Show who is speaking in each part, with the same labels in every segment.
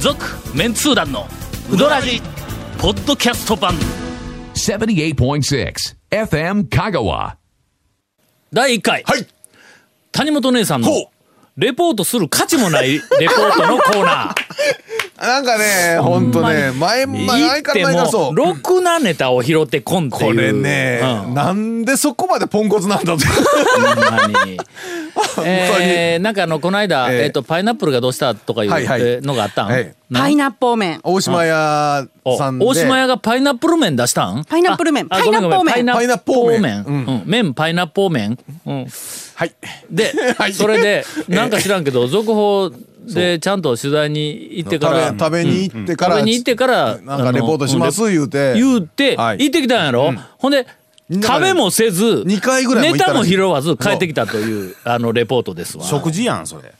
Speaker 1: 続メンツー団のウドラジポッドキャスト版
Speaker 2: 78.6 FM Kagawa.
Speaker 1: 第1回、
Speaker 3: はい
Speaker 1: 谷本姉さんの
Speaker 3: ほう
Speaker 1: レポートする価値も ないレポートのコーナー
Speaker 3: なんかね、ほんとね、前、前
Speaker 1: 言っ
Speaker 3: から
Speaker 1: て
Speaker 3: 前からそ
Speaker 1: も
Speaker 3: う。
Speaker 1: ろくなネタを拾ってこんっていう
Speaker 3: これね、
Speaker 1: うん
Speaker 3: なんでそこまでポンコツなん だと。
Speaker 1: ほんま にえー、なんかあのこの間、え
Speaker 3: ええ
Speaker 1: っとパイナップルがどうしたとかいう、
Speaker 3: はいはい
Speaker 1: えーのがあったん、
Speaker 3: はい
Speaker 1: な
Speaker 4: パイナップル麺。
Speaker 3: 大島屋さんで。
Speaker 1: お大島屋がパイナップル麺出したん
Speaker 4: パイナップル麺
Speaker 1: ああごめんごめん
Speaker 4: パイナ
Speaker 3: ップル
Speaker 1: パイ
Speaker 3: 麺
Speaker 1: ナップル麺うん麺パイナップル麺うん
Speaker 3: はい。
Speaker 1: で
Speaker 3: はい
Speaker 1: それでなんか知らんけど続報でちゃんと取材に行って
Speaker 3: 食
Speaker 1: から
Speaker 3: べ、食べに行ってから、
Speaker 1: 食べに行ってから
Speaker 3: なんかレポートします
Speaker 1: あの
Speaker 3: 言うて
Speaker 1: 言うて
Speaker 3: はい
Speaker 1: 行ってきたんやろほんで
Speaker 3: みんな
Speaker 1: 食
Speaker 3: がね
Speaker 1: べもせず
Speaker 3: 二回ぐらいも行
Speaker 1: ネ
Speaker 3: ったら
Speaker 1: タ
Speaker 3: しい
Speaker 1: も拾わず帰ってきたというあのレポートですわ
Speaker 5: 食事やんそれ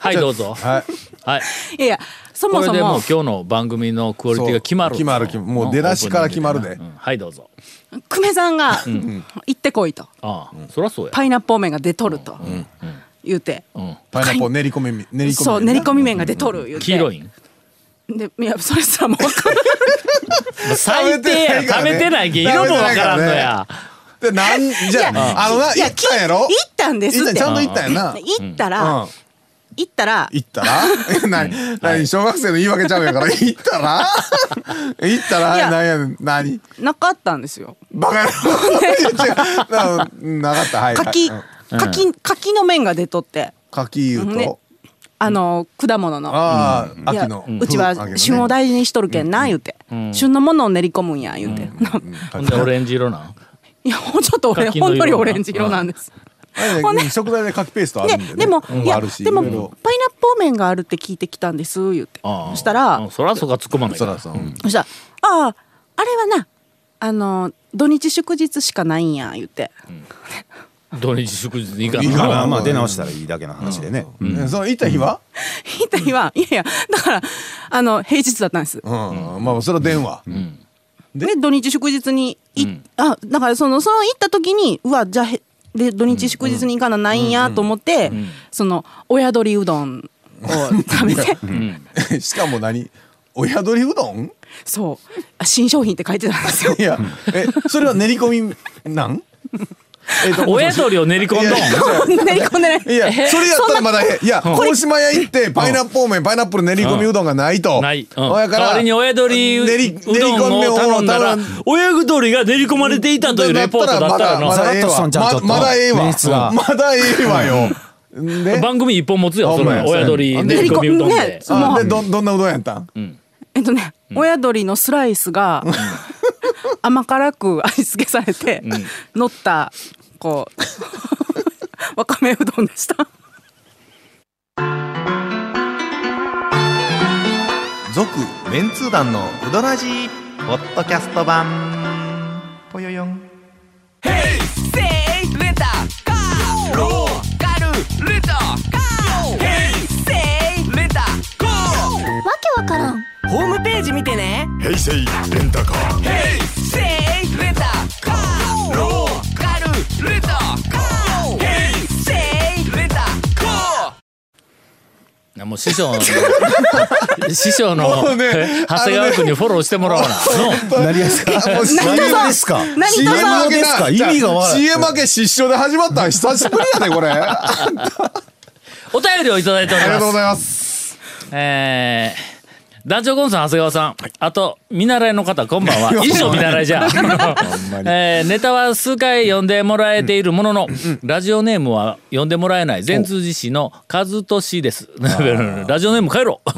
Speaker 1: はいどうぞ
Speaker 3: はい。
Speaker 1: はい
Speaker 4: いやいや、そ
Speaker 1: こ
Speaker 4: も
Speaker 1: れ
Speaker 4: そ
Speaker 1: でも
Speaker 4: も
Speaker 1: う、今日の番組のクオリティが決まる
Speaker 3: そう決まる決まるもう出だしから決まるで
Speaker 1: うんはいどうぞ
Speaker 4: 久米さんが、行ってこいと。
Speaker 1: ああ、そりゃそうや
Speaker 4: パイナップル麺が出とると。言うて。
Speaker 3: パイナップル練り込み、練り込み。
Speaker 4: そう、練り込み麺が出とる言うて。
Speaker 1: 黄色いん
Speaker 4: で、いや、それすらもうわかんない。
Speaker 1: 最低や食べ
Speaker 3: 食べ
Speaker 1: てな
Speaker 3: てないい
Speaker 1: け
Speaker 3: け
Speaker 1: ん
Speaker 3: どね
Speaker 1: 色もわからんの
Speaker 3: 食べてない
Speaker 1: や
Speaker 3: で、なん、じゃ
Speaker 4: い
Speaker 3: あ、あのな、
Speaker 4: いや
Speaker 3: 行ったんやろ
Speaker 4: 行ったんですって
Speaker 3: 行ったちゃんと行ったんやな。
Speaker 4: で行ったら、
Speaker 3: うん
Speaker 4: 行ったら、
Speaker 3: 行ったら何何小学生の言い訳ちゃうんやから行った ら行ったら
Speaker 4: いや
Speaker 3: 何やねん何
Speaker 4: なかったんですよ。
Speaker 3: バカ野郎 違ううんなかったはい
Speaker 4: 柿、柿、柿の麺が出とって。
Speaker 3: 柿言う
Speaker 4: ね
Speaker 3: と
Speaker 4: あの、果物の。
Speaker 3: ああ
Speaker 4: いや
Speaker 3: 秋の
Speaker 4: うちは旬を大事にしとるけんな言うて、旬のものを練り込むんや言うて、
Speaker 1: ほんでオレンジ色なん
Speaker 4: いやほんちょっと俺
Speaker 1: 柿の色が
Speaker 4: ほんのりオレンジ色なんです、ほんで
Speaker 3: ね食材で柿ペーストあるんで
Speaker 4: で
Speaker 3: ね
Speaker 4: でも、
Speaker 3: うん
Speaker 4: いや
Speaker 3: あるし
Speaker 4: でも
Speaker 3: い
Speaker 4: パイ
Speaker 3: ろい
Speaker 4: ナッ
Speaker 3: ろ
Speaker 4: プル麺があるって聞いてきたんです言うて
Speaker 1: ああ
Speaker 4: そしたら、
Speaker 1: うんそりゃそうか突っ込まない
Speaker 3: そ
Speaker 1: からら
Speaker 3: さうん
Speaker 4: そしたら「あああれはなあの土日祝日しか ないんや」言うて、
Speaker 1: 土日祝日に行か
Speaker 3: いい
Speaker 1: な
Speaker 3: か
Speaker 5: ま
Speaker 3: な
Speaker 5: あまあ出直したらいいだけの話でね
Speaker 3: うんその行った日は
Speaker 4: 聞いた日は「いやいやだからあの平日だったんです」
Speaker 3: うんまあそれは電話
Speaker 4: で土日祝日にい、あだからそのその行った時にうわじゃあへで土日祝日に行かなないんやと思って、その親鳥う どんを食べて、
Speaker 3: しかも何親鳥うどん
Speaker 4: そうあ新商品って書いてたんですよ
Speaker 3: いやえそれは練り込みなん えっと
Speaker 1: 親鳥を練り込んどん
Speaker 3: いやいや
Speaker 4: 練り込んでない
Speaker 3: いや、それやったらまだええ。いや、大島屋行って、パイナップル麺、パイナップル練り込みうどんがないと。
Speaker 1: ない、うん、
Speaker 3: ほ
Speaker 1: 代
Speaker 3: やから
Speaker 1: わりに親鳥う
Speaker 3: 練り
Speaker 1: うどんを頼んだら
Speaker 3: 練り込みを
Speaker 1: 親鳥が練り込まれていたというレポートだったら
Speaker 3: ま
Speaker 1: の
Speaker 3: だええわ。
Speaker 5: さらっとしとんちゃうちょっと
Speaker 3: まだええわ
Speaker 5: 捻出が。
Speaker 3: まだええわよ。で、
Speaker 1: 番組一本持つよ
Speaker 3: ほ
Speaker 1: そ
Speaker 3: んま
Speaker 1: の
Speaker 3: や
Speaker 1: 親鳥練り込みうどんで
Speaker 4: ね
Speaker 3: あでど、どんなうどんやったん
Speaker 4: えっとね、親鳥のスライスが甘辛く味付けされて、乗ったこうわかめうどんでした
Speaker 6: 続メンツー団のウドラジーポッドキャスト版ぽよよん
Speaker 1: いやもう師匠の師匠の
Speaker 3: もうね
Speaker 1: え長谷川君にフォローしてもらおうな
Speaker 5: 何ですか
Speaker 3: あもう CM
Speaker 4: 何
Speaker 5: 何ですか
Speaker 4: 何と
Speaker 3: CM
Speaker 4: さん
Speaker 3: 明け
Speaker 5: ですか
Speaker 3: な
Speaker 5: 意味がわからん
Speaker 3: CM 明け失笑で始まったん久しぶりやねこれあ
Speaker 1: お便りをいただいており
Speaker 3: りが
Speaker 1: ま
Speaker 3: と
Speaker 1: す
Speaker 3: うございます
Speaker 1: えー団長コンさん長谷川さん、あと見 習いの方こんばんは一生見習いじゃん、 えーネタは数回読んでもらえているものの、ラジオネームは読んでもらえない善通寺市の和俊です ラジオネーム帰ろう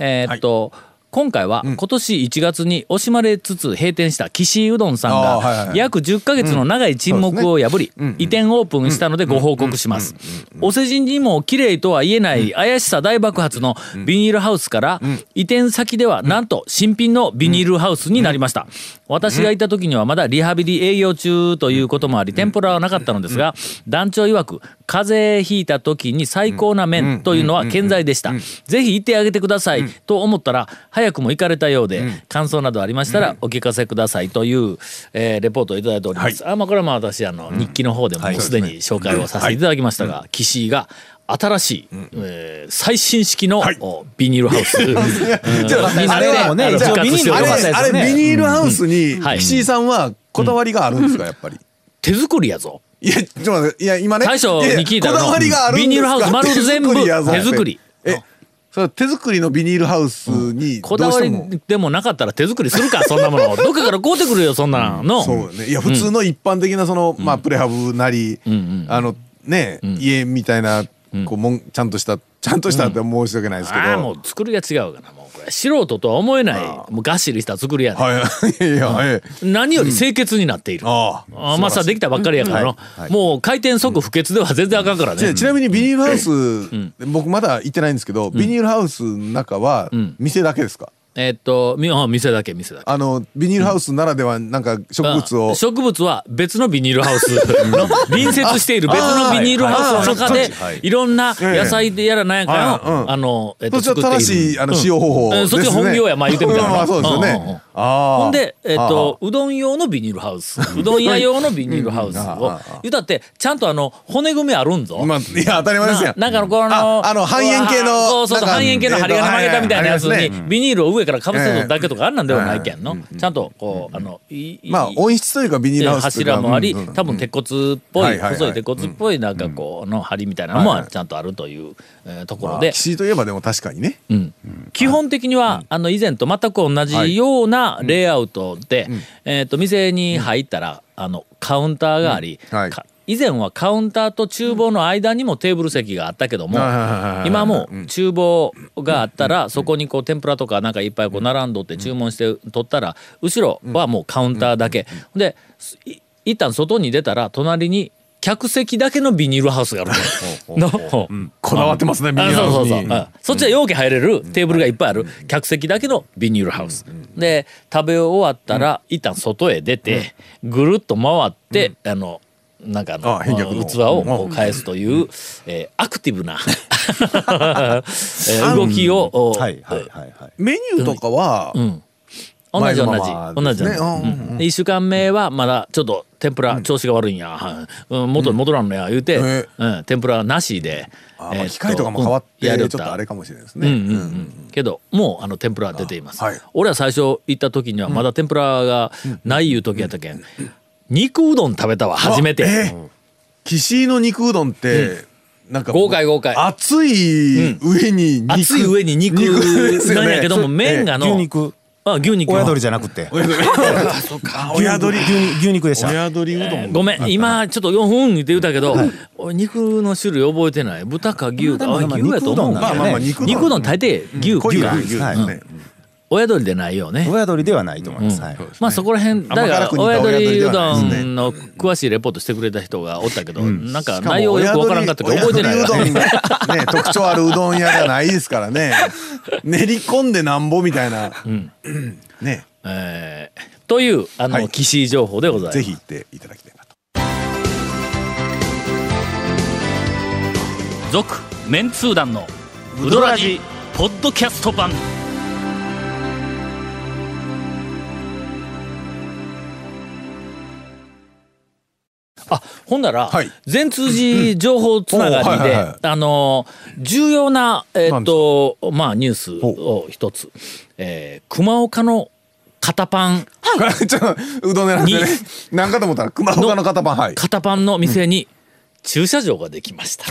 Speaker 1: えーっと、今回は今年1月に惜しまれつつ閉店した岸井うどんさん
Speaker 3: あーはいはい
Speaker 1: が
Speaker 3: はい
Speaker 1: 約10ヶ月の長い沈黙を破り移転オープンしたのでご報告しますお世辞にも綺麗とは言えない怪しさ大爆発のビニールハウスから移転先ではなんと新品のビニールハウスになりました私がいた時にはまだリハビリ営業中ということもあり天ぷらはなかったのですが団長曰く風邪ひいた時に最高な麺というのは健在でしたぜひ行ってあげてくださいと思ったら早くも行かれたようで感想などありましたらお聞かせくださいというえーレポートをいただいておりますあまあこれはまあ私あの日記の方でもすでに紹介をさせていただきましたが岸井が新しい、えー最新式の、おビニールハウ ス。うん
Speaker 3: じゃあ
Speaker 1: 水
Speaker 3: あれは
Speaker 1: もね
Speaker 3: あれ
Speaker 1: 復活
Speaker 3: ビニール
Speaker 1: して
Speaker 3: あ
Speaker 1: よ
Speaker 3: れ
Speaker 1: かったですね
Speaker 3: あれビニールハウスに
Speaker 1: んはい
Speaker 3: 岸井さんはこだわりがあるんですかやっぱり。
Speaker 1: 手作りやぞ。
Speaker 3: いやちょっと待っていや今ね
Speaker 1: 大将に聞いた
Speaker 3: や
Speaker 1: ら
Speaker 3: こだわりがあるんで
Speaker 1: ビ
Speaker 3: すか
Speaker 1: ニールハウス丸々全部
Speaker 3: 手作りやぞ
Speaker 1: 手作り
Speaker 3: えそれは手作りのビニールハウスに
Speaker 1: こ
Speaker 3: ど
Speaker 1: だ
Speaker 3: うし
Speaker 1: わ
Speaker 3: て
Speaker 1: り
Speaker 3: も
Speaker 1: でもなかったら手作りするか、そんなもの。どっかから買うてくるよ、そんなの。
Speaker 3: そうよねいや普通の一般的なそのまあプレハブなりあのね家みたいなこうもんちゃんとしたちゃんとしたって申し訳ないですけ
Speaker 1: ああ、も
Speaker 3: ど
Speaker 1: う作りが違うかな。もうこれ素人とは思えない、もうがっしりした作りやで、
Speaker 3: はいい やいやええ
Speaker 1: 何より清潔になっている。
Speaker 3: ああ
Speaker 1: あまあさできたばっかりやからの、もう回転速不潔では全然あかんからね、
Speaker 3: じゃあちなみにビニールハウス、僕まだ行ってないんですけど、ビニールハウスの中は店だけですか、
Speaker 1: えーっとみあ店だけ店だけ
Speaker 3: あのビニールハウスならではなんか植物を、
Speaker 1: あ植物は別のビニールハウスの隣接している別のビニールハウスの中でいろんな野菜でやらなんやか
Speaker 3: はい
Speaker 1: の、
Speaker 3: うん
Speaker 1: あの、えっと
Speaker 3: そっちは正しいあの使用方法
Speaker 1: うんうんそっちが本業やまあ言うてみたら
Speaker 3: うんまあそうですよね、
Speaker 1: うんうんうん
Speaker 3: ああ
Speaker 1: ほんで、えっ
Speaker 3: は
Speaker 1: と、うどん用のビニールハウス、うどん屋用のビニールハウスを、言うたって、ちゃんとあの、骨組みあるんぞ。
Speaker 3: あまあいや当たり前です
Speaker 1: な
Speaker 3: やん
Speaker 1: なんかのこの
Speaker 3: ああの半円形の
Speaker 1: そうそうそう
Speaker 3: なんか
Speaker 1: 半円形の針金曲げたみたいなやつ
Speaker 3: えっとはいはい
Speaker 1: に
Speaker 3: ありますね
Speaker 1: ビニールを上からかぶせるだけとかあんなんではないけんのちゃんとこうあのいい
Speaker 3: まあ音質というかビニールハウスというか
Speaker 1: 柱もあり、
Speaker 3: うんうんうん
Speaker 1: 多分鉄骨っぽい、
Speaker 3: はいはいはい
Speaker 1: 細い鉄骨っぽいなんかこう、の梁みたいなのもちゃんとあるという、えーところで、
Speaker 3: 岸井といえばでも確かにね
Speaker 1: うん基本的には、あの以前と全く同じようなレイアウトで、えー、と店に入ったら、あのカウンターがあり、
Speaker 3: うんはい
Speaker 1: か以前はカウンターと厨房の間にもテーブル席があったけども、
Speaker 3: はいはいはいはい
Speaker 1: 今はもう厨房があったら、そこにこう天ぷらとかなんかいっぱいこう並んどって注文して取ったら後ろはもうカウンターだけ、でい一旦外に出たら隣に客席だけのビニールハウスがあるの。の
Speaker 3: こだわってますねビ
Speaker 1: あ
Speaker 3: ニール
Speaker 1: そ
Speaker 3: ハ
Speaker 1: うそうそ
Speaker 3: ウス
Speaker 1: う、
Speaker 3: に
Speaker 1: うんそっちは容器入れるテーブルがいっぱいある客席だけのビニールハウス、で食べ終わったら一旦外へ出て、ぐるっと回って、あのなんかあの
Speaker 3: あ返却の
Speaker 1: 器をこう返すという、えーアクティブ な、えー動きを、お
Speaker 5: はいはいはいはい。
Speaker 3: メニューとかは、
Speaker 1: うん同じ同
Speaker 3: まあ
Speaker 1: じ
Speaker 3: まあまあ
Speaker 1: 同じ同
Speaker 3: で
Speaker 1: じ
Speaker 3: すねうん
Speaker 1: うんで1週間目はまだちょっと天ぷら調子が悪いんや、はいうん元に戻らんのや言うて、
Speaker 3: う
Speaker 1: うんん天ぷらなしで、
Speaker 3: あ
Speaker 1: えー
Speaker 3: まあ
Speaker 1: っ
Speaker 3: 機械とかも変わっ
Speaker 1: うん
Speaker 3: て、
Speaker 1: やりよ
Speaker 3: ち
Speaker 1: た
Speaker 3: ょっとあれかもしれないです
Speaker 1: う
Speaker 3: ね、
Speaker 1: んうんうんけどもうあの天ぷらは出ています、
Speaker 3: あはい
Speaker 1: 俺は最初行った時にはまだ天ぷらがないいう時やったけん、肉うどん食べたわ初めて、
Speaker 3: あえー岸井の肉うどんって、なんか
Speaker 1: 豪快豪快
Speaker 3: 熱い上に肉、
Speaker 1: 熱い上に肉
Speaker 3: ですよ
Speaker 1: な
Speaker 3: ね
Speaker 1: んやけども麺がの
Speaker 5: 牛肉。
Speaker 1: あ牛肉
Speaker 5: 親鳥じゃなくて。
Speaker 3: あ親鳥
Speaker 5: 牛肉牛肉でし た。
Speaker 3: 親鳥うどん
Speaker 1: ごめん今ちょっと4分って言うたけど、俺肉の種類覚えてない豚か牛か、
Speaker 5: まあ
Speaker 1: あ
Speaker 5: でも
Speaker 1: 牛やと思う
Speaker 5: まあ
Speaker 3: まあまあ肉うどん
Speaker 1: 肉うどん大抵牛、
Speaker 3: 濃い
Speaker 1: 牛
Speaker 3: な
Speaker 5: 牛
Speaker 3: 牛です
Speaker 5: は
Speaker 3: ね
Speaker 5: い
Speaker 1: 親鳥でないよね
Speaker 5: 親鳥ではないと思います。はい。
Speaker 1: まあそこら辺だ
Speaker 3: 甘
Speaker 1: か
Speaker 3: 辛く
Speaker 1: ら
Speaker 3: 煮た
Speaker 1: 親
Speaker 3: 親鳥
Speaker 1: 鳥
Speaker 3: で
Speaker 1: う
Speaker 3: はな
Speaker 1: ど
Speaker 3: いですね
Speaker 1: んの詳しいレポートしてくれた人がおったけど、なんか
Speaker 3: しかも
Speaker 1: 内容よくわからんかったけど覚えてない
Speaker 3: 親
Speaker 1: わ
Speaker 3: 鳥うどんがね特徴あるうどん屋じゃないですか らね練り込んでなんぼみたいな、ね
Speaker 1: えーというあの、
Speaker 3: はい
Speaker 1: 岸井情報でございます
Speaker 3: ぜひ行っていただきたいなと
Speaker 1: 続メンツー団のウドラジポッドキャスト版あほんなら、
Speaker 3: はい
Speaker 1: 全通じ情報つながりで、
Speaker 3: うんおーはいはいはい
Speaker 1: あのー重要な、えーっとまあ、ニュースを一つ、えー熊岡の肩パン
Speaker 3: これちょっとうどん屋なんでね
Speaker 1: に
Speaker 3: 何かと思ったら熊岡の片パンはい
Speaker 1: 肩パンの店に駐車場ができました。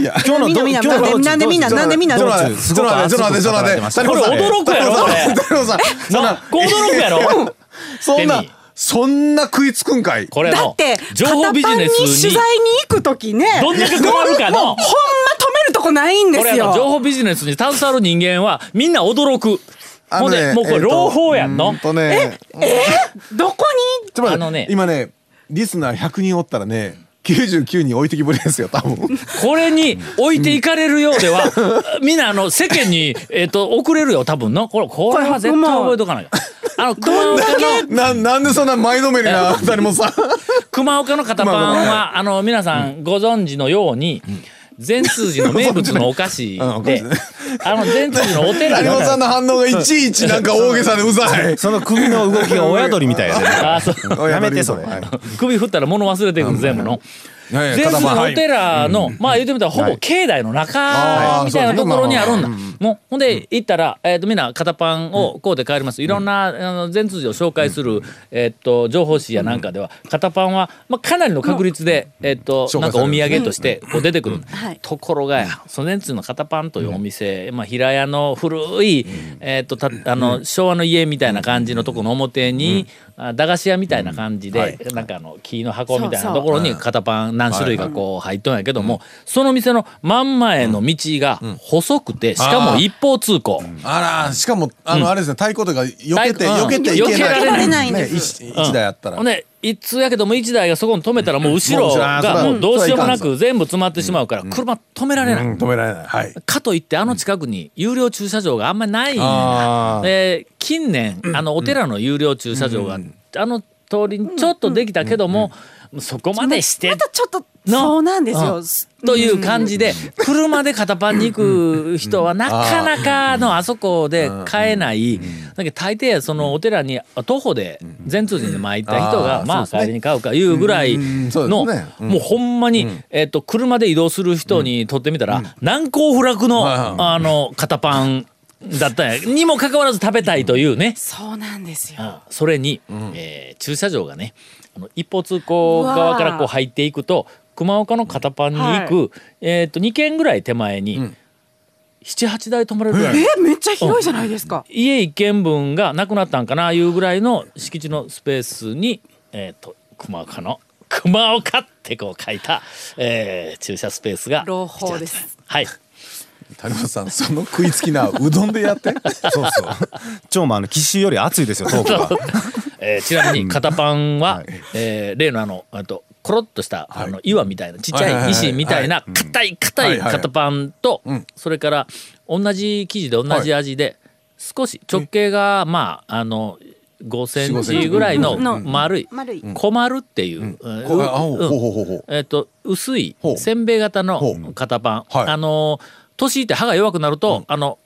Speaker 3: いや
Speaker 5: 今
Speaker 4: みんなみんな
Speaker 5: 今日の
Speaker 4: なんでみんななんでみんな
Speaker 3: ちょっと
Speaker 5: 道
Speaker 3: 待
Speaker 5: 中
Speaker 3: って
Speaker 5: す
Speaker 3: ち
Speaker 5: ご
Speaker 3: ょっ
Speaker 5: く
Speaker 3: と待って
Speaker 5: 熱
Speaker 3: ちょっと待ってちょっ
Speaker 5: く
Speaker 3: と
Speaker 5: 語ら
Speaker 3: 待
Speaker 5: れて
Speaker 3: って
Speaker 5: まし
Speaker 1: これ驚くやろこれ
Speaker 5: た。
Speaker 3: 太郎さんそ んな
Speaker 1: なこう驚くやろ
Speaker 3: そんな
Speaker 1: デミ
Speaker 3: そんな食いつくんかい
Speaker 1: これ
Speaker 4: だ
Speaker 1: の
Speaker 4: って
Speaker 1: 情報ビジネス
Speaker 4: 片パンに取
Speaker 1: に
Speaker 4: 材に行く時ね
Speaker 1: どんだけ困るか
Speaker 4: もうほんま
Speaker 1: の
Speaker 4: 止めるとこないんで
Speaker 1: これ
Speaker 4: す
Speaker 1: あの情
Speaker 4: よ
Speaker 1: 報ビジネスに携わる人間はみんな驚く。
Speaker 3: あ
Speaker 1: ほ
Speaker 3: の
Speaker 1: んで
Speaker 3: ね
Speaker 1: もうこ
Speaker 3: え
Speaker 1: れ
Speaker 3: っと
Speaker 1: 朗報やん
Speaker 3: う
Speaker 1: の
Speaker 3: ん。とね
Speaker 4: どこ
Speaker 3: ちょっと待って
Speaker 1: あのね
Speaker 3: 今ねリスナー100人おったらね99人置いてきぼりですよ多 分
Speaker 1: これに置いていかれるようでは、 みんなあの世間にえっと遅れるよ多分の。これこれは絶対覚えとかない。あの熊岡の
Speaker 3: ななんでそんな前のめりな誰もさん
Speaker 1: 熊岡の片パン
Speaker 3: まあま
Speaker 1: はあの皆さんご存知のように。善通寺の名物のお菓子
Speaker 3: うんお菓
Speaker 1: で
Speaker 3: 子ね、
Speaker 1: あの善通寺のお寺
Speaker 3: 谷
Speaker 1: に
Speaker 3: 本さんの反応がいちいちなんか大げさでうざい
Speaker 5: その首 の動きが親鳥みたいやで。
Speaker 1: あそう
Speaker 5: やめてそれ。
Speaker 3: はい
Speaker 1: 首振ったら物忘れていくの全部の。
Speaker 3: はいはい
Speaker 1: 全
Speaker 3: 片
Speaker 1: 数
Speaker 3: 番
Speaker 1: のお寺の、まあ言ってみたらほぼ境内の中みたいなところにあるんだ、
Speaker 3: はいあーそうですねまあまあ
Speaker 1: もうほんで行ったら、えー、とみんな片パンをこうで帰ります、いろんなあの全通寺を紹介する、えー、と情報誌やなんかでは片パンは、まあ、かなりの確率で、えー、と
Speaker 3: 紹
Speaker 1: なん
Speaker 3: 介さ
Speaker 1: か
Speaker 3: れ
Speaker 1: お
Speaker 3: る
Speaker 1: 土産としてこう出てくる、
Speaker 4: はい
Speaker 1: ところがやその全通の片パンというお店、まあ、平屋の古い、えー、とたあの昭和の家みたいな感じのとこの表に、あ駄菓子屋みたいな感じで、なんかあの木の箱みたいなところに片パン何種類かこう入っとんやけども、その店の真ん前の道が細くて、しかも一方通行。
Speaker 3: あらしかもあのあれですね太鼓とか避け
Speaker 1: 太
Speaker 3: て避
Speaker 1: 鼓
Speaker 3: けていけ
Speaker 1: 避けられない
Speaker 3: ない
Speaker 4: ないんで
Speaker 3: ね
Speaker 4: す
Speaker 3: 一一台あったら
Speaker 1: ほんで一通やけども一台がそこに止めたらもう後ろ
Speaker 3: もう後ろあーそ
Speaker 1: が
Speaker 3: ら
Speaker 1: もうどうしようもな
Speaker 3: そらいかん
Speaker 1: く全部詰まってしまうから車止められない。
Speaker 3: うん止められないはい
Speaker 1: かといってあの近くに有料駐車場があんまりないん
Speaker 3: あー
Speaker 1: で近年あのお寺の有料駐車場があの通りにちょっとできたけどもそこまでして
Speaker 4: またちょっと
Speaker 1: の
Speaker 4: そうなんですよ
Speaker 1: う。という感じで車で片パンに行く人はなかなかのあそこで買えないだけど大抵そのお寺にあ徒歩で善通寺に参った人が
Speaker 3: あー
Speaker 1: まあ
Speaker 3: そうで
Speaker 1: 帰
Speaker 3: すね
Speaker 1: りに買うかいうぐらい
Speaker 3: うんそうです
Speaker 1: の
Speaker 3: ねうん
Speaker 1: もうほんまにえっと車で移動する人にとってみたら難攻不落の
Speaker 3: はいはい
Speaker 1: あの片パンだったんやにもかかわらず食べたいというね。
Speaker 4: そうなんですよ。
Speaker 1: あそれに、えー駐車場がねあの一方通行側からこう入っていくと熊岡の片パンに行く、えー、と2軒ぐらい手前に、78台止まれるぐらい、
Speaker 4: え、めっちゃ広いじゃないですか。
Speaker 1: 家1軒分がなくなったんかないうぐらいの敷地のスペースに、えー、と熊岡の「熊岡」ってこう書いた、えー駐車スペースが
Speaker 4: 朗報です。
Speaker 1: はい
Speaker 3: 谷本さんその食いつきなうどんでやって
Speaker 5: そうそう。超もあの奇襲より暑いですよトーク が。
Speaker 1: えーちなみに片パンは、えー例のあのあとコロッとした、あの岩みたいなちっち
Speaker 3: はいはい
Speaker 1: ゃ
Speaker 3: はいい
Speaker 1: 石みたいな硬い硬い
Speaker 3: はいはい
Speaker 1: 片パンと、それから同じ生地で同じ味で、少し直径がまああの5セン
Speaker 3: 4-5セン
Speaker 1: チ
Speaker 3: チ
Speaker 1: ぐらいの
Speaker 4: うんうん
Speaker 1: 丸い
Speaker 4: 丸い
Speaker 1: 小丸っていう、うん
Speaker 3: こうあほうほうほうほう
Speaker 1: えっと薄い
Speaker 3: ほう
Speaker 1: せんべい型
Speaker 3: ほ
Speaker 1: の
Speaker 3: う
Speaker 1: 型パン、
Speaker 3: はい
Speaker 1: あのー年いって歯が弱くなると、あの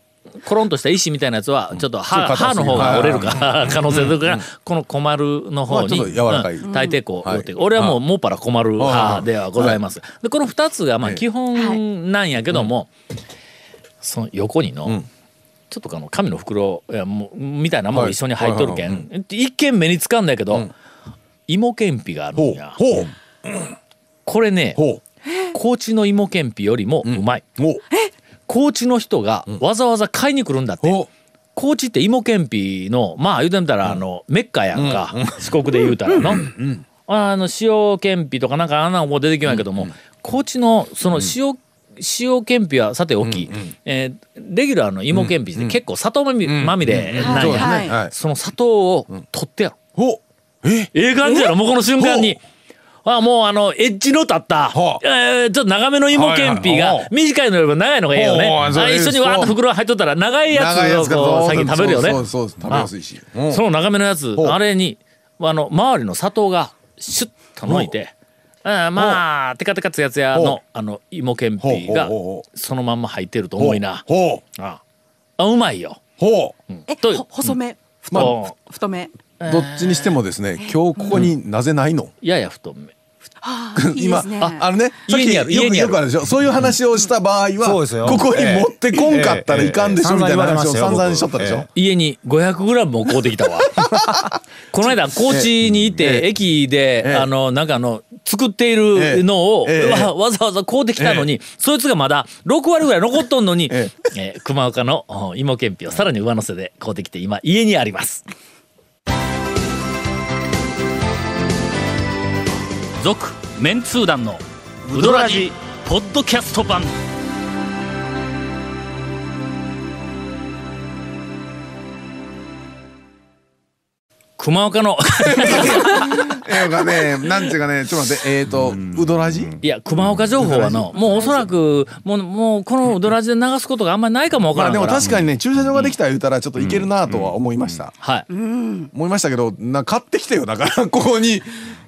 Speaker 1: コロンとした石みたいなやつはちょっと
Speaker 3: ちょっ
Speaker 1: 歯,、
Speaker 3: と硬
Speaker 1: 歯
Speaker 3: す
Speaker 1: の
Speaker 3: ぎる
Speaker 1: 方が折れるか可能性とかこの小丸の方に、
Speaker 3: まあちょっと柔らかい
Speaker 1: うん大抵こう
Speaker 3: うん
Speaker 1: 折っていく、俺はもう
Speaker 3: は
Speaker 1: もっぱら小丸派ではございます、でこの2つがまあ
Speaker 3: ええ
Speaker 1: 基本なんやけども、その横にの、ちょっとあの紙の袋いやもうみたいなもんも一緒に入っとるけん、
Speaker 3: はい
Speaker 1: 一見目につかんだけど、芋けんぴがあるん
Speaker 3: ほう
Speaker 1: や。
Speaker 3: ほう
Speaker 1: これね
Speaker 3: ほう
Speaker 1: 高知の芋けんぴよりもうまい、
Speaker 3: ほう
Speaker 1: 高知の人がわざわざ買いに来るんだって、
Speaker 3: ほう
Speaker 1: 高知って芋けんぴのまあ言うてみたらあの、メッカやんか、四国で言うたらの、あの塩けんぴとかなんかあんなのもう出てきないけども、高知のその塩、塩けんぴはさておき、えーレギュラーの芋けんぴって結構砂糖まみ,、まみれなんや、
Speaker 3: そうですね
Speaker 4: はい
Speaker 3: はい
Speaker 1: その砂糖を取ってやろ、
Speaker 3: ほうえ
Speaker 1: ええ感じやろもうこの瞬間に。あもうあのエッジの立った、
Speaker 3: はあ
Speaker 1: えーちょっと長めの芋けんぴ
Speaker 3: はいは
Speaker 1: が
Speaker 3: いはい
Speaker 1: 短いのよりも長いのがいいよね、
Speaker 3: ほうほうそう
Speaker 1: あ一緒にわーっと袋入っとったら長いや
Speaker 3: 長いやつ
Speaker 1: つをこう
Speaker 3: が
Speaker 1: 先に食べるよね
Speaker 3: そうそうそう食べやすいしうん
Speaker 1: その長めのやつ
Speaker 3: う
Speaker 1: あれにあの周りの砂糖がシュッとのいてあーまあテカテカつやつや
Speaker 3: ほ
Speaker 1: のあの芋けんぴが
Speaker 3: ほうほうほうほ
Speaker 1: そのまんま入ってると思いな
Speaker 3: ほう
Speaker 1: ああうまいよ
Speaker 3: ほう
Speaker 4: え、
Speaker 1: という
Speaker 4: ほ細め、ふ
Speaker 1: まあ
Speaker 4: ふ太め。
Speaker 3: どっちにしてもですね今日ここになぜないの
Speaker 1: やや太め
Speaker 4: あー、いいで
Speaker 3: 今
Speaker 4: すね。
Speaker 3: ああのねさっ
Speaker 1: 家
Speaker 3: き
Speaker 1: にあ
Speaker 3: よ
Speaker 1: る
Speaker 3: く
Speaker 1: 家にあ
Speaker 3: よ
Speaker 1: る
Speaker 3: くあるでしょそういう話をした場合
Speaker 5: そうですよ
Speaker 3: はここに持ってこんかったらいかんでしょ
Speaker 5: ええ
Speaker 3: みたいな話を
Speaker 5: ええええ散々
Speaker 3: 散
Speaker 5: 言わ
Speaker 3: 々
Speaker 5: れま
Speaker 3: し
Speaker 5: し
Speaker 3: ちゃ
Speaker 5: たよ
Speaker 3: ったでし
Speaker 5: 僕
Speaker 3: ょ
Speaker 1: 家に 500g も買うてきた わこの間高知にいて駅で、
Speaker 3: ええ
Speaker 1: あのなんかあの作っているのを、
Speaker 3: ええ
Speaker 1: わわざわざ買うてきたのに、そいつがまだ6割ぐらい残っとんのに、え
Speaker 3: え
Speaker 1: ー熊岡のお芋けんぴをさらに上乗せで買うてきて今家にあります続メンツー団のウドラジポッドキャスト版熊岡の
Speaker 3: えがねなんていうかねちょっと待ってえっとうどらじ
Speaker 1: いや熊岡情報はのもうおそらくもうもうこのウドラジで流すことがあんまりないかもわか
Speaker 3: ま
Speaker 1: ら
Speaker 3: あ
Speaker 1: ん
Speaker 3: で
Speaker 1: から、
Speaker 3: も確かにね駐車場ができたら言うたらちょっといけるなとは思いました
Speaker 1: はい、
Speaker 3: 思いましたけどな買ってきてよだから ここに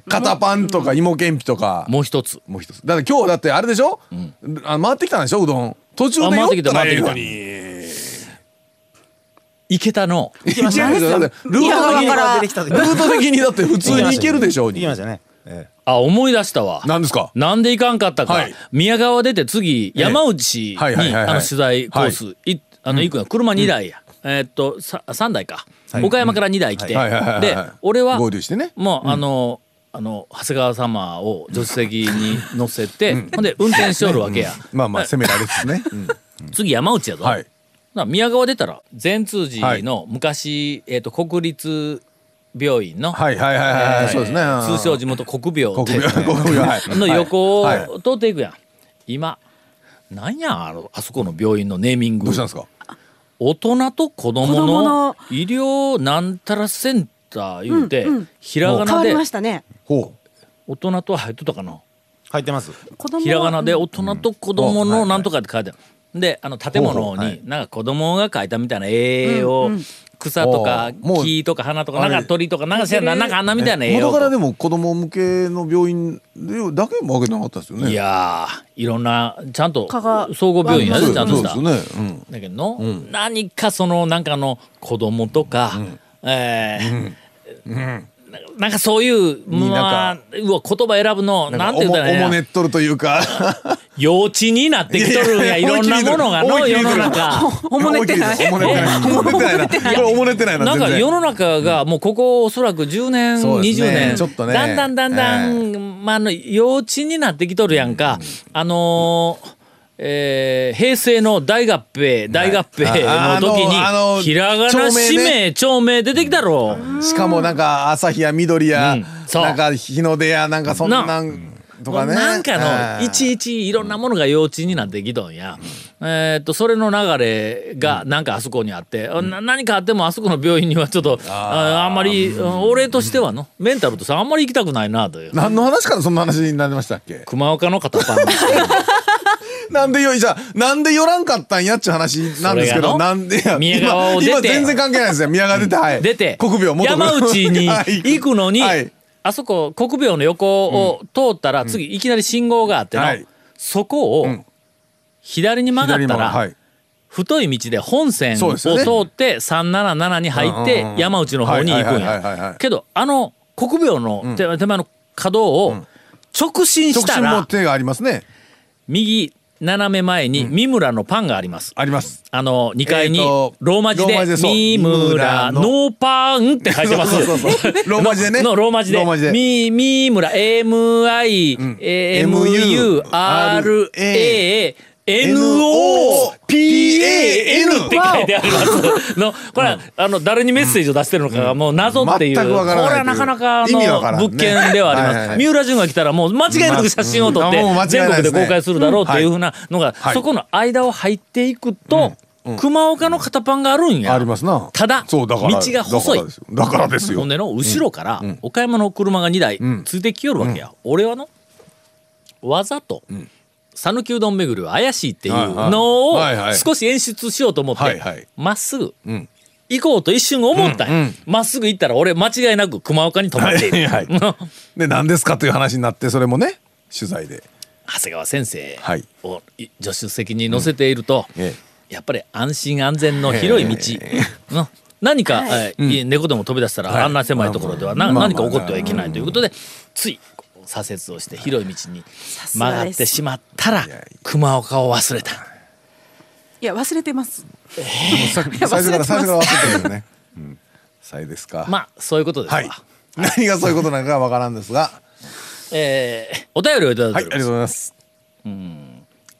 Speaker 3: 肩パンとか芋けんぴとか
Speaker 1: もう一つ
Speaker 3: もう一つだって今日だってあれでしょあ回ってきたんでしょうどん途中
Speaker 1: あ
Speaker 3: で
Speaker 1: 回
Speaker 3: よ
Speaker 1: ってき
Speaker 3: ったたらええ
Speaker 1: 回
Speaker 3: の
Speaker 1: って
Speaker 3: に
Speaker 1: 池田の
Speaker 3: いけるでしょだってルート的にルート的にだって普通に行けるでしょうに
Speaker 5: いきましたね。え
Speaker 1: あ思い出したわ
Speaker 3: 何ですか
Speaker 1: なんで行かんかったか、
Speaker 3: はい
Speaker 1: 宮川出て次山内に、
Speaker 3: はいはいはいはい
Speaker 1: あの取材コース、いあの行くの車2台や、えーっとさ3台か、岡山から2台来て、
Speaker 3: はいはいはいはい
Speaker 1: で俺は
Speaker 3: 合流してね
Speaker 1: もう、あのあの長谷川様を助手席に乗せて、ほんで運転しおるわけや、
Speaker 3: まあまあ攻められつつ ね、うん
Speaker 1: 次山内やぞ、
Speaker 3: はい
Speaker 1: な宮川出たら善通寺の昔、えー、と国立病院の、
Speaker 3: はいはいはいはい、そうですね
Speaker 1: 通称地元国病
Speaker 3: 国病国病はい
Speaker 1: の横
Speaker 3: はいはい
Speaker 1: を通っていくやん、今なんやあのあそこの病院のネーミング
Speaker 3: どうしたんですか
Speaker 1: 大人と子供
Speaker 4: 子
Speaker 1: の
Speaker 4: 供の
Speaker 1: 医療なんたらセンター言うて、ひらが
Speaker 4: 変
Speaker 1: な
Speaker 4: わ
Speaker 1: で
Speaker 4: りましたね
Speaker 3: ほ
Speaker 1: 大人とは入っとったかな
Speaker 5: え入ってます
Speaker 4: 子供は
Speaker 1: ひらがなで大人と子供のなんとかって書いてある。であの建物になんか子供が書いたみたいな絵を草とか
Speaker 3: おうもう
Speaker 1: 木とか花とかなん
Speaker 3: あ
Speaker 1: か
Speaker 3: れ
Speaker 1: 鳥とかなんかせやななんかあんなみたいな
Speaker 3: う
Speaker 1: 絵
Speaker 3: 元から
Speaker 1: を。
Speaker 3: でも子供向けの病院でだけもわけなかったですよね
Speaker 1: いやーいろんなちゃんと
Speaker 4: 加賀
Speaker 1: 総合病院や
Speaker 3: そ
Speaker 1: で
Speaker 3: う
Speaker 1: ちゃんとした。
Speaker 3: そうですよね、うん
Speaker 1: だけどの、何かそのなんかあの子供とか、えーななんかそういうま
Speaker 3: にな
Speaker 1: あ
Speaker 3: ん
Speaker 1: うわ言葉選ぶのなんて言ったら
Speaker 3: お
Speaker 1: いいん
Speaker 3: もお
Speaker 1: や
Speaker 3: もねっとるというか
Speaker 1: 幼稚になってきとるんやい
Speaker 3: いやいや
Speaker 1: ろんなものがの
Speaker 3: 思い
Speaker 1: 世
Speaker 3: 切り
Speaker 1: の
Speaker 3: ずる
Speaker 1: 中。
Speaker 4: おもねって な
Speaker 3: お
Speaker 4: い
Speaker 3: もねってないおもねってないなこれおもねってないな
Speaker 1: なんか
Speaker 3: 全然
Speaker 1: 世の中がもうここおそらく10年、
Speaker 3: そうです
Speaker 1: 20
Speaker 3: ね
Speaker 1: 年
Speaker 3: ちょっとね
Speaker 1: だんだんだんだん、まあ、あの幼稚になってきとるやんか、あのーえー平成の大合併大合併の時に、
Speaker 3: ああのあの
Speaker 1: ひらがな
Speaker 3: 町名ね
Speaker 1: 氏名町名出てきたろ、
Speaker 3: しかもなんか朝日や緑や、
Speaker 1: うんそう
Speaker 3: なんか日の出やなんかそん
Speaker 1: な
Speaker 3: なんとかね
Speaker 1: なんかのい
Speaker 3: 位
Speaker 1: ちいちいろんなものが幼稚になってきとんや、えーっとそれの流れがなんかあそこにあって、な何かあってもあそこの病院にはちょっとああんまり、うん俺としてはのメンタルとしてあんまり行きたくないなという
Speaker 3: 何の話からそんな話になりましたっけ
Speaker 1: 熊岡の片パン
Speaker 3: なんでよいじゃあなんで寄らんかったんやっちゅう話なんです
Speaker 1: そ
Speaker 3: け
Speaker 1: れがの
Speaker 3: どなんでいや
Speaker 1: 宮川を出
Speaker 3: 今
Speaker 1: て
Speaker 3: 今全然関係ないですよ宮川出てはい
Speaker 1: 出て
Speaker 3: 国病元
Speaker 1: 山内に
Speaker 3: はい
Speaker 1: 行くのに、
Speaker 3: はい
Speaker 1: あそこ国病の横を通ったら次いきなり信号があっての、
Speaker 3: はい
Speaker 1: そこを
Speaker 3: ん
Speaker 1: 左に曲がったら、
Speaker 3: はい
Speaker 1: 太い道で本線
Speaker 3: そ
Speaker 1: を
Speaker 3: う
Speaker 1: 通
Speaker 3: ですよね
Speaker 1: って377に入って
Speaker 3: うんうんうん
Speaker 1: 山内の方に行くん
Speaker 3: はいはいはいはいは
Speaker 1: や
Speaker 3: い
Speaker 1: けどあの国病の手手前の可動を直進
Speaker 3: 直
Speaker 1: した
Speaker 3: 進も
Speaker 1: ら
Speaker 3: 手がありますね
Speaker 1: 右斜め前に三村のパンがあります。
Speaker 3: あります
Speaker 1: あの2階に
Speaker 3: えー
Speaker 1: ロ
Speaker 3: と
Speaker 1: ーマ字
Speaker 3: ロー
Speaker 1: で
Speaker 3: マ字で
Speaker 1: 「
Speaker 3: そう
Speaker 1: 三村ノーパン」って書いてます。
Speaker 3: そうそうそうそうローマ字でね
Speaker 1: のの ローマ字で
Speaker 3: ローマ字で
Speaker 1: み三村 MIMURANO って書い
Speaker 3: NOPAN
Speaker 1: てあります。 の、これは、あの、誰にメッセージを出してるのかがもう謎っていう。
Speaker 3: 全くわからない
Speaker 1: これはなかなか
Speaker 3: 意味わからん
Speaker 1: の
Speaker 3: ね
Speaker 1: 物件ではあります。
Speaker 3: はいはいはい
Speaker 1: 三浦淳が来たらもう間違いなく写真を撮って
Speaker 3: まあもう間違いないで
Speaker 1: 全国
Speaker 3: すね
Speaker 1: で公開するだろうっていうふうなのが、
Speaker 3: はい
Speaker 1: そこの間を入っていくと、熊岡の片パンがあるんや。
Speaker 3: ありますな
Speaker 1: ただ、
Speaker 3: そうだから
Speaker 1: 道が細い
Speaker 3: だからで。すよだからですよ
Speaker 1: ほんでの後ろから岡山の車が2台ついてきよるわけや、俺はのわざと讃岐うどん巡りは怪しいっていうのを
Speaker 3: はいはい
Speaker 1: 少し演出しようと思っ
Speaker 3: はい
Speaker 1: て
Speaker 3: はい
Speaker 1: まっすぐ
Speaker 3: ん
Speaker 1: 行こうと一瞬思ったんやまっすぐ行ったら俺間違いなく熊岡に止まっている
Speaker 3: はい
Speaker 1: 長
Speaker 3: で何ですかという話になってそれもね取 材で
Speaker 1: 谷川先生
Speaker 3: はい
Speaker 1: をい助手席に乗せていると、
Speaker 3: え
Speaker 1: やっぱり安心安全の広い道、の何か、えー猫でも飛び出したら、あんな狭いところではな、
Speaker 3: まあまあ
Speaker 1: 何か起こってはいけないということで、ついこう左折をして広い道に
Speaker 4: す
Speaker 1: 曲
Speaker 4: がです
Speaker 1: がってしまったら熊岡を忘れた。
Speaker 4: いや忘れてます
Speaker 3: 最初から最初から忘れてるよね。さいですか。
Speaker 1: まあそういうことですわ。
Speaker 3: はい。何がそういうことなのかわからんですが。
Speaker 1: えーお便りをいただい
Speaker 3: は
Speaker 1: て
Speaker 3: い、あり
Speaker 1: おり
Speaker 3: が
Speaker 1: ま
Speaker 3: とう
Speaker 1: す
Speaker 3: ございます。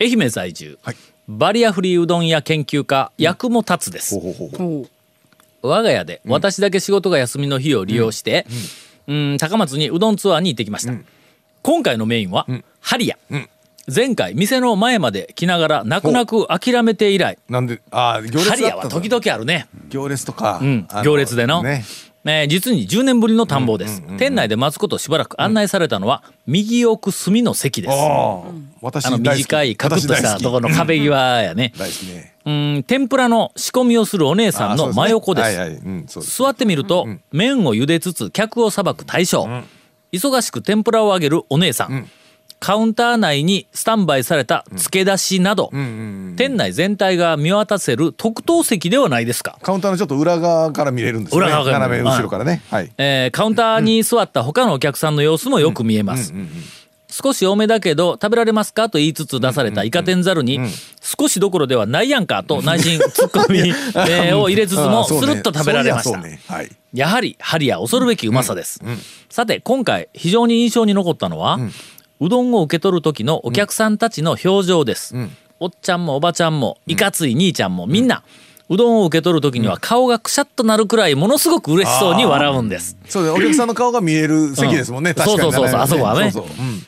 Speaker 1: 愛媛在住、
Speaker 3: はい
Speaker 1: バリアフリーうどん屋研究家薬も立つです。
Speaker 3: ほうほうほう。
Speaker 4: おう
Speaker 1: 我が家で私だけ仕事が休みの日を利用して、うん高松にうどんツアーに行ってきました、今回のメインは、ハリヤ、前回店の前まで来ながら泣く泣く諦めて以来
Speaker 3: なんで、あー、行列だ
Speaker 1: ハ
Speaker 3: っ
Speaker 1: リ
Speaker 3: た
Speaker 1: ヤは
Speaker 3: の
Speaker 1: 時々あるね、
Speaker 3: 行列とか。
Speaker 1: うん
Speaker 3: あの
Speaker 1: 行列での、え
Speaker 3: ね。
Speaker 1: ー実に10年ぶりの探訪です、店内で待つことしばらく案内されたのは、右奥隅の席ですあ
Speaker 3: ああ、私大
Speaker 1: の
Speaker 3: 好き。
Speaker 1: 短いカクッとしたところの
Speaker 3: 私
Speaker 1: 壁際やね、
Speaker 3: 大好き。大好きね。
Speaker 1: うん、天ぷらの仕込みをするお姉さん
Speaker 3: あー
Speaker 1: の真横です
Speaker 3: はいはい。うん、そうです。
Speaker 1: 座ってみると、麺を茹でつつ客をさばく大将、忙しく天ぷらを揚げるお姉さん、カウンター内にスタンバイされた付け出しなど、店内全体が見渡せる特等席ではないですか。
Speaker 3: カウンターのちょっと裏側から見れるんですよね
Speaker 1: 裏側から見
Speaker 3: 斜
Speaker 1: れ
Speaker 3: め
Speaker 1: る
Speaker 3: 後ろからねはい
Speaker 1: えーカウンターに座った他のお客さんの様子もよく見えます。少し多めだけど食べられますかと言いつつ出されたイカ天ざるに少しどころではないやんかと内心ツッコミ えーを入れつつも
Speaker 3: あそう
Speaker 1: ス
Speaker 3: ね
Speaker 1: ルッと食べられまし
Speaker 3: そう
Speaker 1: た
Speaker 3: いやそうねはい
Speaker 1: やはり針や恐るべきうまさです、さて今回非常に印象に残ったのは、うどんを受け取る時のお客さんたちの表情です、おっちゃんもおばちゃんもいかつい兄ちゃんもみんな、うどんを受け取る時には顔がくしゃっとなるくらいものすごく嬉しそうに笑うんです
Speaker 3: そうねお客さんの顔が見える席ですもんね
Speaker 1: うん
Speaker 3: 確かに
Speaker 1: そうそうそうそうあそこはね
Speaker 3: そうそううん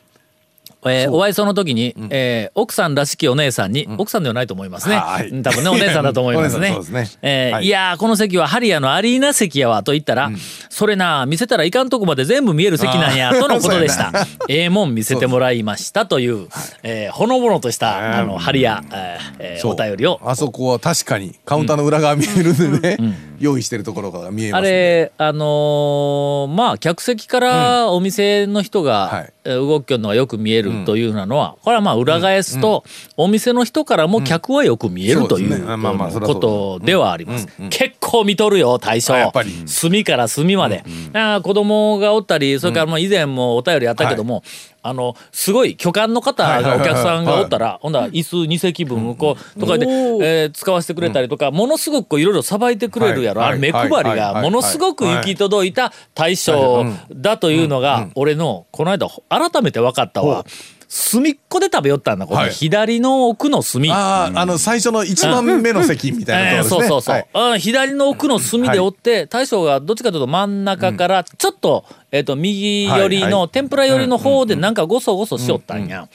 Speaker 1: えーお会いその時に、えー奥さんらしきお姉さんに、奥さんではないと思いますね、
Speaker 3: はい
Speaker 1: うん多分ねお姉さんだと思います
Speaker 3: お姉
Speaker 1: ね
Speaker 3: さんそうですね
Speaker 1: えー
Speaker 3: はい
Speaker 1: いやーこの席はハリアのアリーナ席やわと言ったら、それなあ見せたらいかんとこまで全部見える席なんやとのことでしたええもん見せてもらいましたというえーほのぼのとしたあのハリア、えーえー
Speaker 3: そう
Speaker 1: お便りを
Speaker 3: あそこは確かにカウンターの裏側見えるんでね、用意してるところが見えま
Speaker 1: あ
Speaker 3: すね
Speaker 1: れあのーまあ客席からお店の人
Speaker 3: は
Speaker 1: が
Speaker 3: い
Speaker 1: えー動きよるのがよく見えるというようなのはこれはまあ裏返すとお店の人からも客はよく見えるとい
Speaker 3: そう
Speaker 1: う
Speaker 3: ですねまあまあそりゃ
Speaker 1: こ
Speaker 3: そうだ
Speaker 1: とではあります結構見とるよ大将
Speaker 3: あやっぱり
Speaker 1: 隅から隅まであー子供がおったりそれからまあ以前もお便りあったけどもあのすごい巨漢の方がお客さんがおったらほんだら椅子2席分こうとかでえー使わせてくれたりとかものすごくいろいろさばいてくれるやろあ
Speaker 3: はい
Speaker 1: れ目配り
Speaker 3: はいはい
Speaker 1: がものすごく行き届いた大将だというのが俺のこの間改めて分かったわ隅っこで食べよったんだこの
Speaker 3: はい
Speaker 1: 左の奥の隅。
Speaker 3: あーあの最初の一番目の席みたい
Speaker 1: え
Speaker 3: な
Speaker 1: ー
Speaker 3: とこ
Speaker 1: そ
Speaker 3: ろ
Speaker 1: う
Speaker 3: ですね、
Speaker 1: そうそう、
Speaker 3: はい
Speaker 1: うん左の奥の隅で折って、大将がどっちかというと真ん中からちょっと,、えっと右寄り
Speaker 3: はい
Speaker 1: の、
Speaker 3: はい
Speaker 1: 天ぷら寄りの方でなんかごそごそしよったんや、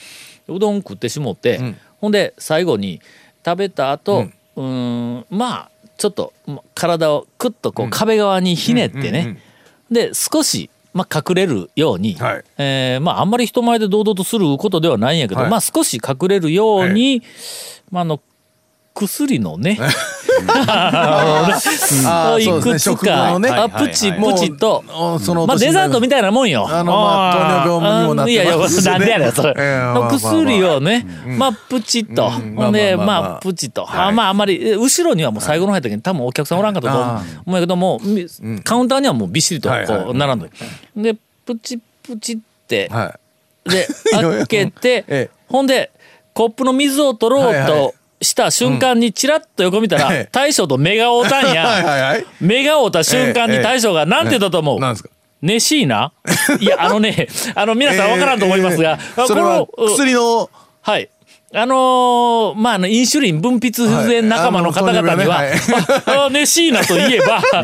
Speaker 1: うどん食ってしもって、ほんで最後に食べた後うーんまあちょっとま体をクッとこう壁側にひねってね、で少し、まあ、隠れるように、
Speaker 3: はい
Speaker 1: えーまあ、あんまり人前で堂々とすることではないんやけど、
Speaker 3: はい
Speaker 1: まあ少し隠れるように、まあ、あの薬のね
Speaker 3: あ
Speaker 1: を
Speaker 3: ー
Speaker 1: い
Speaker 3: そうで
Speaker 1: く
Speaker 3: すね
Speaker 1: つ
Speaker 3: 食後
Speaker 1: か、
Speaker 3: のね
Speaker 1: あプチプチと。
Speaker 3: もうその
Speaker 1: まあデザートみたいなもんよ。
Speaker 3: あのまあ糖尿病にもなって
Speaker 1: ま
Speaker 3: ますすしね
Speaker 1: いやいや、なんでやねん、それ。
Speaker 3: ええまあまあま
Speaker 1: の
Speaker 3: あ
Speaker 1: 薬をね、まあ、プチッと。ほんで、
Speaker 3: まあまあまあ
Speaker 1: まあ、プチッと。あまあ、あんまり、え後ろにはもう最後の方やったけど、多分お客さんおらんかったと思う
Speaker 3: あ
Speaker 1: 思うんやけども、みカウンターにはもうびっしりと、
Speaker 3: はい
Speaker 1: こ
Speaker 3: は
Speaker 1: う、
Speaker 3: い
Speaker 1: 並んで。で、プチプチって、
Speaker 3: はい
Speaker 1: で
Speaker 3: いろいろ
Speaker 1: 開けて、
Speaker 3: ええ
Speaker 1: ほんでコップの水を取ろ
Speaker 3: はいうは
Speaker 1: とした瞬間にチラッと横見たら、
Speaker 3: ええ
Speaker 1: 大将と目が合うたん
Speaker 3: はいはい
Speaker 1: や
Speaker 3: はい
Speaker 1: 目が合うた瞬間
Speaker 3: え
Speaker 1: に
Speaker 3: え
Speaker 1: 大将が何て言ったと思う、
Speaker 3: なんですか
Speaker 1: ねしいない やあのねあの皆さん分からんと思いますが、
Speaker 3: えーそれは
Speaker 1: このうん
Speaker 3: 薬の
Speaker 1: はい。あのーまあ、あの、インシュリン分泌不全仲間の方々には、
Speaker 3: はいあの 糖
Speaker 1: ああネシーナといえ ば、ああ
Speaker 3: あ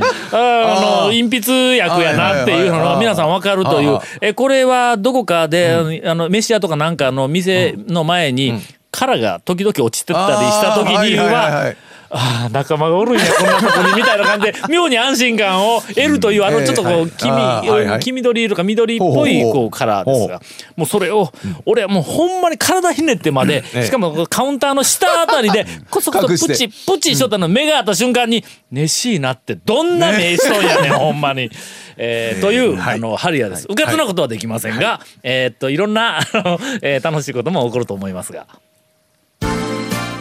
Speaker 1: の、
Speaker 3: ー
Speaker 1: 隠筆薬やなっていうの
Speaker 3: はいはいはい
Speaker 1: は
Speaker 3: はい
Speaker 1: 皆さんわかるとい
Speaker 3: あ
Speaker 1: う
Speaker 3: あ、
Speaker 1: え、これはどこかで、あの、飯屋とかなんかの店の前に、殻が時々落ちてたりした時に
Speaker 3: あーはいはいは
Speaker 1: は、
Speaker 3: い
Speaker 1: ああ、仲間がおるんや、こんなとこに、みたいな感 じで、妙に安心感を得るという、あ
Speaker 3: え
Speaker 1: の、
Speaker 3: え
Speaker 1: ちょっとこ
Speaker 3: は
Speaker 1: う、
Speaker 3: い
Speaker 1: 黄
Speaker 3: あーはいはい
Speaker 1: み、黄緑色か緑っぽい、
Speaker 3: ほうほうほ
Speaker 1: こ
Speaker 3: う
Speaker 1: う、からですが、もうそれを、俺はもうほんまに体ひねってまで、
Speaker 3: え
Speaker 1: しかもカウンターの下あたりで、こそこそプ
Speaker 3: 隠して
Speaker 1: チプチしとったの目が合った瞬間に、ねしいなって、どんな名しとんやねん、ほんまに。えーという、
Speaker 3: はい
Speaker 1: あの、ハリアです。うかつなことはできませんが、えーっと、いろんな、あの、えー楽しいことも起こると思いますが。